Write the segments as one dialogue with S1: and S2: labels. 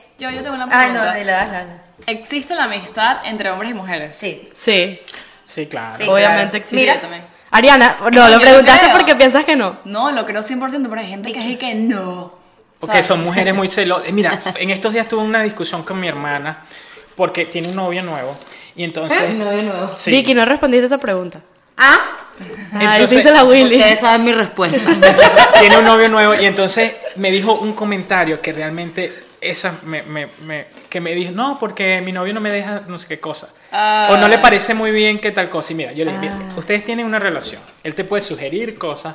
S1: gran pregunta.
S2: Ah, no, te la das la- la.
S1: ¿Existe la amistad entre hombres y mujeres?
S2: Sí.
S3: Sí,
S4: Sí, claro.
S2: Sí. claro.
S3: obviamente existe.
S2: Mira.
S1: Yo también.
S3: Ariana, no,
S1: Yo
S3: lo
S1: no
S3: preguntaste
S1: creo.
S3: porque piensas que no.
S1: No, lo creo 100%, pero hay gente que es y que no.
S4: Porque
S1: ¿sabes?
S4: son mujeres muy celosas. Mira, en estos días tuve una discusión con mi hermana porque tiene un novio nuevo. Y entonces.
S2: de nuevo.
S4: Sí.
S3: Vicky, no respondiste esa pregunta.
S2: Ah,
S3: Ay,
S4: Entonces-
S3: dísela a Ah, Willy.
S2: ustedes saben mi respuesta.
S4: tiene un novio nuevo y entonces me dijo un comentario que realmente esa me, me- me- que me dijo no porque mi novio no me deja no sé qué cosa
S1: Ah.
S4: o no le parece muy bien que tal cosa y mira yo le dije
S2: Ah.
S4: "Mira, ustedes tienen una relación él te puede sugerir cosas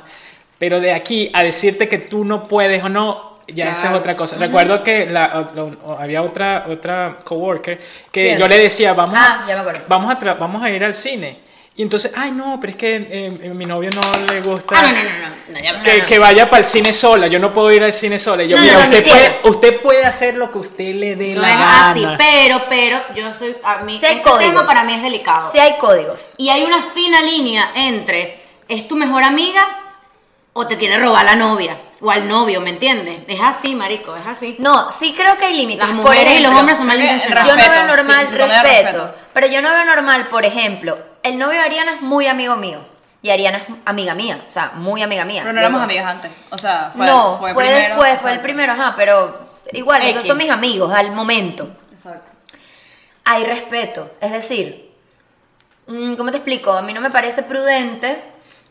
S4: pero de aquí a decirte que tú no puedes o no ya esa es otra cosa recuerdo que la- o- lo- o había otra otra coworker que
S2: Bien.
S4: yo le decía vamos
S2: Ah,
S4: a-
S2: ya me acuerdo.
S4: vamos a tra- vamos a ir al cine y entonces, ay no, pero es que eh, eh, mi novio no le gusta
S2: Ah, no, no, no, no. no, ya- no,
S4: que,
S2: no.
S4: que vaya para el cine sola. Yo no puedo ir al cine sola. Y Yo,
S2: No,
S4: mira,
S2: no, no,
S4: usted,
S2: mi cielo.
S4: puede, usted puede hacer lo que usted le dé
S5: No
S4: la
S5: es
S4: gana.
S5: así, pero, pero, yo soy, a mí,
S2: Sí hay
S5: este
S2: códigos.
S5: tema para mí es delicado.
S2: Sí hay códigos.
S5: Y hay una fina línea entre, ¿es tu mejor amiga o te quiere robar la novia? O al novio, ¿me entiendes? Es así, marico, es así.
S2: No, sí creo que hay límites.
S5: Las
S2: Por
S5: mujeres y
S2: ejemplo,
S5: los hombres son mal
S2: yo no
S5: intencionados.
S2: veo
S1: Respeto,
S2: normal
S1: sí, poner
S2: respeto,
S1: respeto.
S2: Pero yo no veo normal, por ejemplo, el novio de Ariana es muy amigo mío. Y Ariana es amiga mía. O sea, muy amiga mía.
S1: Pero no éramos
S2: Luego-
S1: amigas antes. O sea, fue,
S2: no,
S1: fue
S2: fue,
S1: primero,
S2: después, fue el
S1: exacto.
S2: primero, ajá, pero igual,
S5: X.
S2: ellos son mis amigos al momento.
S1: Exacto.
S2: Hay respeto, es decir, mm, ¿cómo te explico? A mí no me parece prudente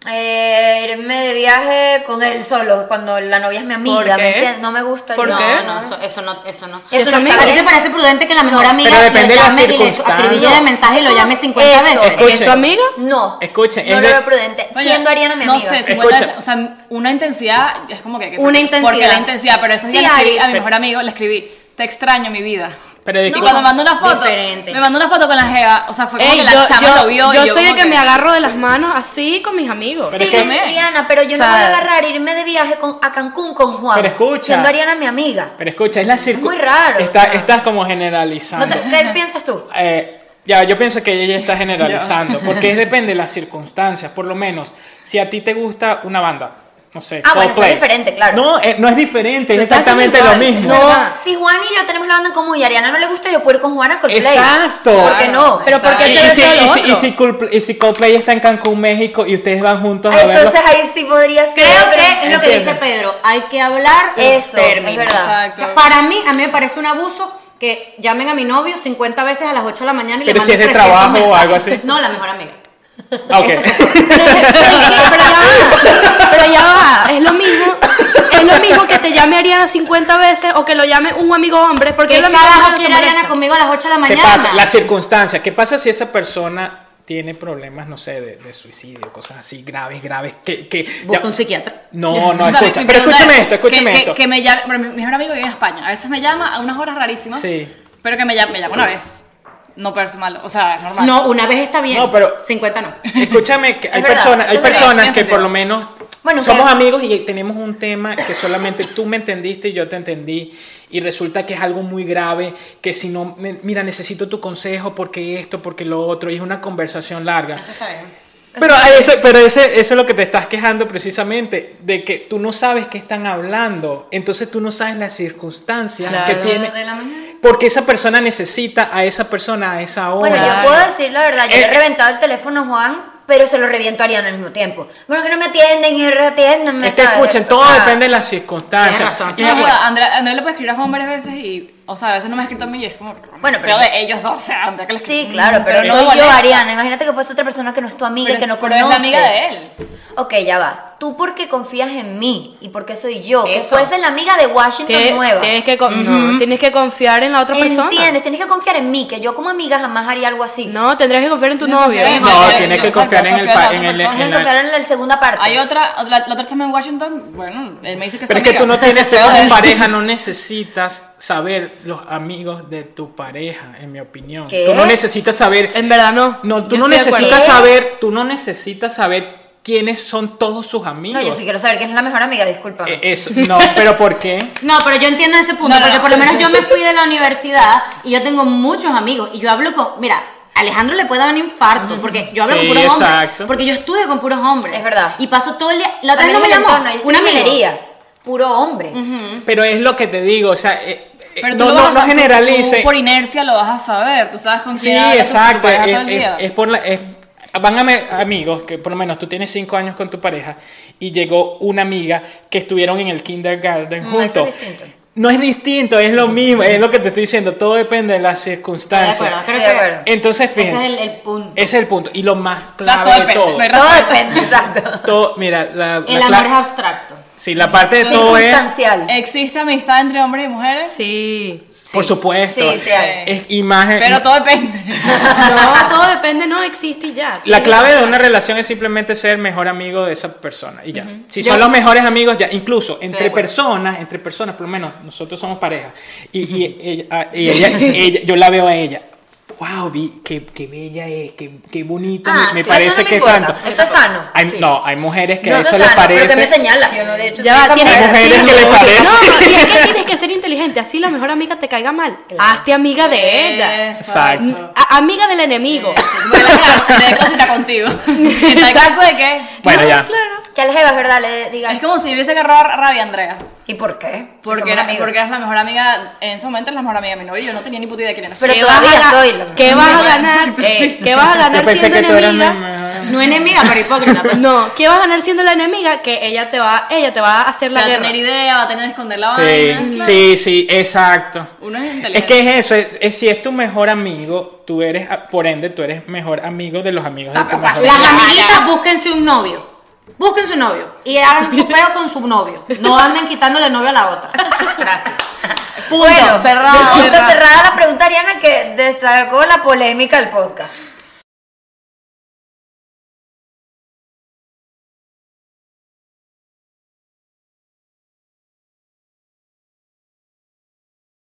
S2: eh, irme de viaje con él solo cuando la novia es mi
S3: ¿Por
S2: amiga,
S3: qué?
S2: ¿me entiendes? No me gusta.
S3: ¿Por
S2: no,
S3: qué?
S2: no,
S5: No, no, eso, eso no, eso no.
S3: Si es
S2: Eso no
S3: tu
S2: está
S5: ¿A ti
S2: bien.
S5: te parece prudente que la mejor amiga
S4: pero depende de la
S5: llame y le
S4: circunstancia.
S5: acribille el mensaje y lo llame 50
S2: Eso,
S5: veces?
S2: eso.
S3: ¿Es tu amiga?
S2: No.
S4: Escuchen,
S2: No
S4: es
S2: lo
S4: de-
S2: veo prudente.
S1: Oye,
S2: Siendo Ariana mi
S1: no
S2: amiga.
S1: sé, si
S4: Escucha.
S1: vuelves- o sea, una intensidad es como que... hay que-
S5: Una intensidad.
S1: Porque la intensidad, pero estos
S2: Sí,
S1: días le escribí
S2: Ari.
S1: a mi mejor amigo, le escribí, te extraño mi vida.
S4: Pero
S1: Y
S4: disculpa,
S1: cuando mandó una foto,
S5: diferente.
S1: me mandó una foto con la jeva, o sea, fue como
S3: Ey,
S1: que la
S3: yo,
S1: chama
S3: yo-
S1: lo vio. y
S3: yo soy de
S1: como
S3: que me agarro de las manos así con mis amigos.
S4: Pero-
S2: Sí,
S4: es que-
S2: Ariana, pero yo
S3: O sea-
S2: no voy a agarrar irme de viaje con, a Cancún con Juan.
S4: Pero escucha.
S2: Siendo Ariana mi amiga.
S4: Pero escucha, es la circunstancia.
S2: muy raro, o sea.
S4: Estás como
S2: No
S4: generalizando.
S2: te- ¿Qué piensas tú?
S4: Eh, ya, yo pienso que ella ya está generalizando, porque es depende de las circunstancias, por lo menos, si a ti te gusta una banda, no sé,
S2: Ah, bueno, eso es
S4: Coldplay.
S2: diferente, claro.
S4: No, eh, no es diferente, es
S3: Pero están
S4: exactamente
S3: haciendo
S4: lo
S3: igual.
S4: mismo.
S2: No,
S3: ¿Verdad?
S2: si Juan y yo tenemos la banda en común y a Ariana no le gusta, yo puedo ir con Juana a Coldplay.
S4: Exacto.
S2: ¿Por qué no?
S3: Pero ¿por
S4: Y,
S3: qué
S4: y
S3: se ve
S4: si,
S3: todo
S4: y
S3: lo
S4: si- y
S3: otro?
S4: si Coldplay- y si Coldplay está en Cancún, México, y ustedes van juntos a verlo.
S2: Ah, Entonces ahí sí podría ser.
S5: Creo
S2: pero-
S5: que es lo que
S4: Entiendo.
S5: dice Pedro, hay que hablar los
S2: Eso, es
S5: términos.
S2: verdad.
S1: Exacto.
S5: Para mí, a mí me parece un abuso que llamen a mi novio 50 veces a las 8 de la mañana y le
S4: Pero si es
S5: manden
S4: de
S5: 300
S4: trabajo o
S5: mensajes.
S4: algo así.
S5: No, la mejor amiga.
S4: Ah, ok.
S3: pero, pero ya va, pero ya va, es lo mismo, es lo mismo que te llame Ariana 50 veces o que lo llame un amigo hombre, porque
S5: ¿Qué
S3: es lo mismo
S5: carajo
S3: que te
S5: quiere
S3: molesta.
S5: Ariana conmigo a las 8 de la
S4: ¿Qué
S5: mañana?
S4: pasa? Las circunstancias. ¿Qué pasa si esa persona tiene problemas, no sé, de, de suicidio, cosas así graves, graves? Que, que ya-
S5: Busca un psiquiatra.
S4: No, no,
S1: O sea, mi-
S4: escucha.
S1: mi
S4: Pero
S1: pregunta
S4: escúchame
S1: es
S4: esto, escúchame
S1: que,
S4: esto.
S1: Que, que me llame, pero mi mi mejor amigo vive en España. A veces me llama a unas horas rarísimas.
S4: Sí.
S1: Pero que me llama, me llama una vez. No parece malo. O sea, es normal.
S5: No, una vez está bien.
S4: No, pero-
S5: 50 no.
S4: Escúchame, que hay
S2: verdad,
S4: personas, hay
S2: eso es verdad,
S4: personas
S1: tiene
S4: que
S1: sentido.
S4: por lo menos
S2: Bueno,
S4: somos
S2: que-
S4: amigos y tenemos un tema que solamente tú me entendiste y yo te entendí y resulta que es algo muy grave, que si no, me- mira, necesito tu consejo porque esto, porque lo otro, y es una conversación larga.
S5: Eso está bien.
S4: Pero, a eso, pero ese, eso es lo que te estás quejando precisamente, de que tú no sabes qué están hablando, entonces tú no sabes las circunstancias
S3: Claro.
S4: que tiene.
S5: De la mañana.
S4: Porque esa persona necesita a esa persona a esa hora.
S2: Bueno, yo puedo decir la verdad, yo le
S4: Eh,
S2: he reventado el teléfono a Juan, pero se lo reviento a Ariana al mismo tiempo. Bueno, que no me atienden y reatiéndenme,
S4: Es que
S2: ¿sabes?
S4: escuchen,
S2: O
S4: todo
S2: sea,
S4: depende de las circunstancias.
S5: Tienes razón.
S4: Y-
S1: No, bueno, Andrea, Andrea le puede escribir a Juan varias veces y, o sea, a veces no me ha escrito a mí y es como,
S2: Bueno,
S1: bueno,
S2: pero-
S1: pero de ellos dos, o sea, Andrea que le
S2: Sí,
S1: escribe,
S2: claro,
S1: mm,
S2: pero,
S1: me
S2: soy yo,
S1: molesta.
S2: Ariana. Imagínate que fuese otra persona que no es tu amiga y
S1: Pero
S2: que no
S1: es- pero es
S2: conoces.
S1: la amiga de él.
S2: Ok, ya va. Tú porque confías en mí y porque soy yo, que
S5: Eso.
S2: fuese la amiga de Washington
S3: Tienes,
S2: nueva.
S3: tienes que, con- no, tienes que confiar en la otra persona.
S2: ¿Entiendes? Tienes que confiar en mí, que yo como amiga jamás haría algo así.
S3: No, tendrías que confiar en tu
S1: Tienes que
S3: novio.
S1: confiar en-
S4: No,
S1: Yo-
S4: tienes
S1: yo-
S4: que
S1: yo-
S4: confiar
S1: yo
S4: en el
S1: confío en
S4: pa-
S1: la
S4: en el-
S1: otra persona.
S2: Tienes que
S4: en la-
S2: confiar en la segunda parte.
S1: Hay otra, la, la otra chama en Washington, bueno, él me dice que
S4: Pero es
S1: su
S4: que tú
S1: amiga.
S4: no tienes, tú
S1: Pero
S4: como
S1: él-
S4: pareja no necesitas saber los amigos de tu pareja, en mi opinión.
S2: ¿Qué?
S4: Tú no necesitas saber
S3: En verdad no.
S4: No, tú
S3: Yo
S4: no
S3: estoy de acuerdo.
S4: necesitas
S2: ¿Qué?
S4: saber, tú no necesitas saber quiénes son todos sus
S2: No,
S4: amigos.
S2: yo sí quiero saber quién es la mejor amiga, discúlpame.
S4: Eh, eso, no, pero ¿por qué?
S5: No, pero yo entiendo ese punto,
S1: No, no,
S5: porque
S1: no.
S5: por lo menos yo me fui de la universidad y yo tengo muchos amigos y yo hablo con, mira, Alejandro le puede dar un infarto porque yo hablo
S4: Sí,
S5: con puros
S4: exacto.
S5: hombres, porque yo estudio con puros hombres.
S2: Es verdad.
S5: Y paso todo el día, la
S2: A
S5: otra
S2: mí
S5: vez no
S2: me
S5: me llamó,
S2: encanta, no, yo estoy
S5: una
S2: en
S5: minería.
S2: minería, puro hombre.
S4: Pero es lo que te digo, o sea, eh,
S1: Pero tú
S4: no,
S1: lo
S4: no,
S1: vas a
S4: no
S1: saber, tú-
S4: generalice.
S1: tú por inercia lo vas a saber, tú sabes con
S4: Sí,
S1: quién hablas, con tu
S4: exacto. eh,
S1: pareja
S4: Es,
S1: todo el
S4: es-
S1: día.
S4: es por la, es- van a me- amigos que por lo menos tú tienes cinco años con tu pareja y llegó una amiga que estuvieron en el kindergarten
S2: Mm,
S4: juntos.
S2: eso es distinto.
S4: No es distinto, es lo mismo, es lo que te estoy diciendo, todo depende de las circunstancias.
S5: Estoy de acuerdo, creo
S2: Estoy de
S5: que
S2: acuerdo.
S4: Entonces,
S5: ese es
S4: fíjense,
S5: el, el punto.
S4: ese es el punto y lo más
S1: O sea,
S4: clave
S1: todo
S4: de
S1: depende,
S4: todo.
S1: ¿verdad?
S2: Todo depende, exacto.
S4: Todo- mira, la, la
S5: el
S4: cla-
S5: amor es abstracto.
S4: sí, la parte de todo es,
S2: Circunstancial.
S1: ¿Existe amistad entre hombres y mujeres?
S3: Sí.
S4: por
S2: Sí.
S4: supuesto,
S2: Sí, sí hay.
S4: es imagen.
S1: Pero todo depende.
S3: No, todo depende, no existe y ya.
S4: La clave de una relación es simplemente ser mejor amigo de esa persona y ya. Si
S5: Yo-
S4: son los mejores amigos ya, incluso
S5: de
S4: entre
S5: acuerdo.
S4: personas, entre personas, por lo menos nosotros somos pareja y, y ella, ah, y ella- ella- yo la veo a ella. Wow, vi qué, qué bella es, qué, qué bonita, me,
S5: Ah,
S4: me
S5: sí,
S2: eso
S4: parece
S2: no me
S4: que
S2: importa,
S4: tanto.
S2: eso es sano.
S4: Hay- No, hay mujeres que
S2: No,
S4: a
S2: no
S4: eso
S2: sano,
S4: les
S2: pero que
S4: parece.
S2: me señalas, yo no de hecho.
S3: Ya
S2: soy
S3: va,
S2: esa
S3: tienes
S2: mujer.
S4: mujeres que le parecen.
S3: No, y es que tienes que ser inteligente. Así la mejor amiga te caiga mal. Hazte amiga de
S1: Eh.
S3: ella.
S4: Exacto.
S3: A- amiga del enemigo.
S1: Voy a tener cosita contigo. ¿En tal caso de qué?
S4: Bueno,
S3: No,
S4: ya.
S3: Claro.
S2: Que a la jeva es verdad, le diga.
S1: Es como si hubiese agarrado rabia, Andrea.
S2: ¿Y por qué? Si somos
S1: Porque, era,
S2: amigos.
S1: porque eras la mejor amiga, en ese momento eras la mejor amiga de mi novio, yo no tenía ni puta idea de quién eras.
S2: Pero
S3: ¿Qué
S2: todavía
S3: vas a ga-
S2: soy la
S3: ¿Qué
S2: mejor
S3: vas a
S2: amiga.
S3: ganar? Eh, ¿Qué vas a
S4: Yo
S3: ganar
S4: pensé
S3: siendo
S4: que tú eras
S3: enemiga?
S4: mi-
S5: No enemiga, pero hipócrita. pues.
S3: No, ¿qué vas a ganar siendo la enemiga? Que ella te va, ella te va a hacer
S1: Va
S3: la
S1: a
S3: guerra.
S1: tener idea, va a tener que esconder la
S4: Sí,
S1: vaina. claro.
S4: sí, sí, exacto.
S1: Uno es
S4: Es
S1: inteligente.
S4: que es eso, es, es- si es tu mejor amigo, tú eres, ah, por ende, tú eres mejor amigo de los amigos
S2: Ah,
S4: de tu
S1: Tampoco así.
S4: mejor
S5: Las
S1: Claro.
S5: amiguitas búsquense un novio. Búsquense un novio. Y hagan su peo con su novio. No anden quitándole novio a la otra. Gracias.
S2: Bueno,
S1: cerrado,
S2: punto
S1: cerrado.
S2: cerrada la pregunta Ariana que destacó la polémica del podcast.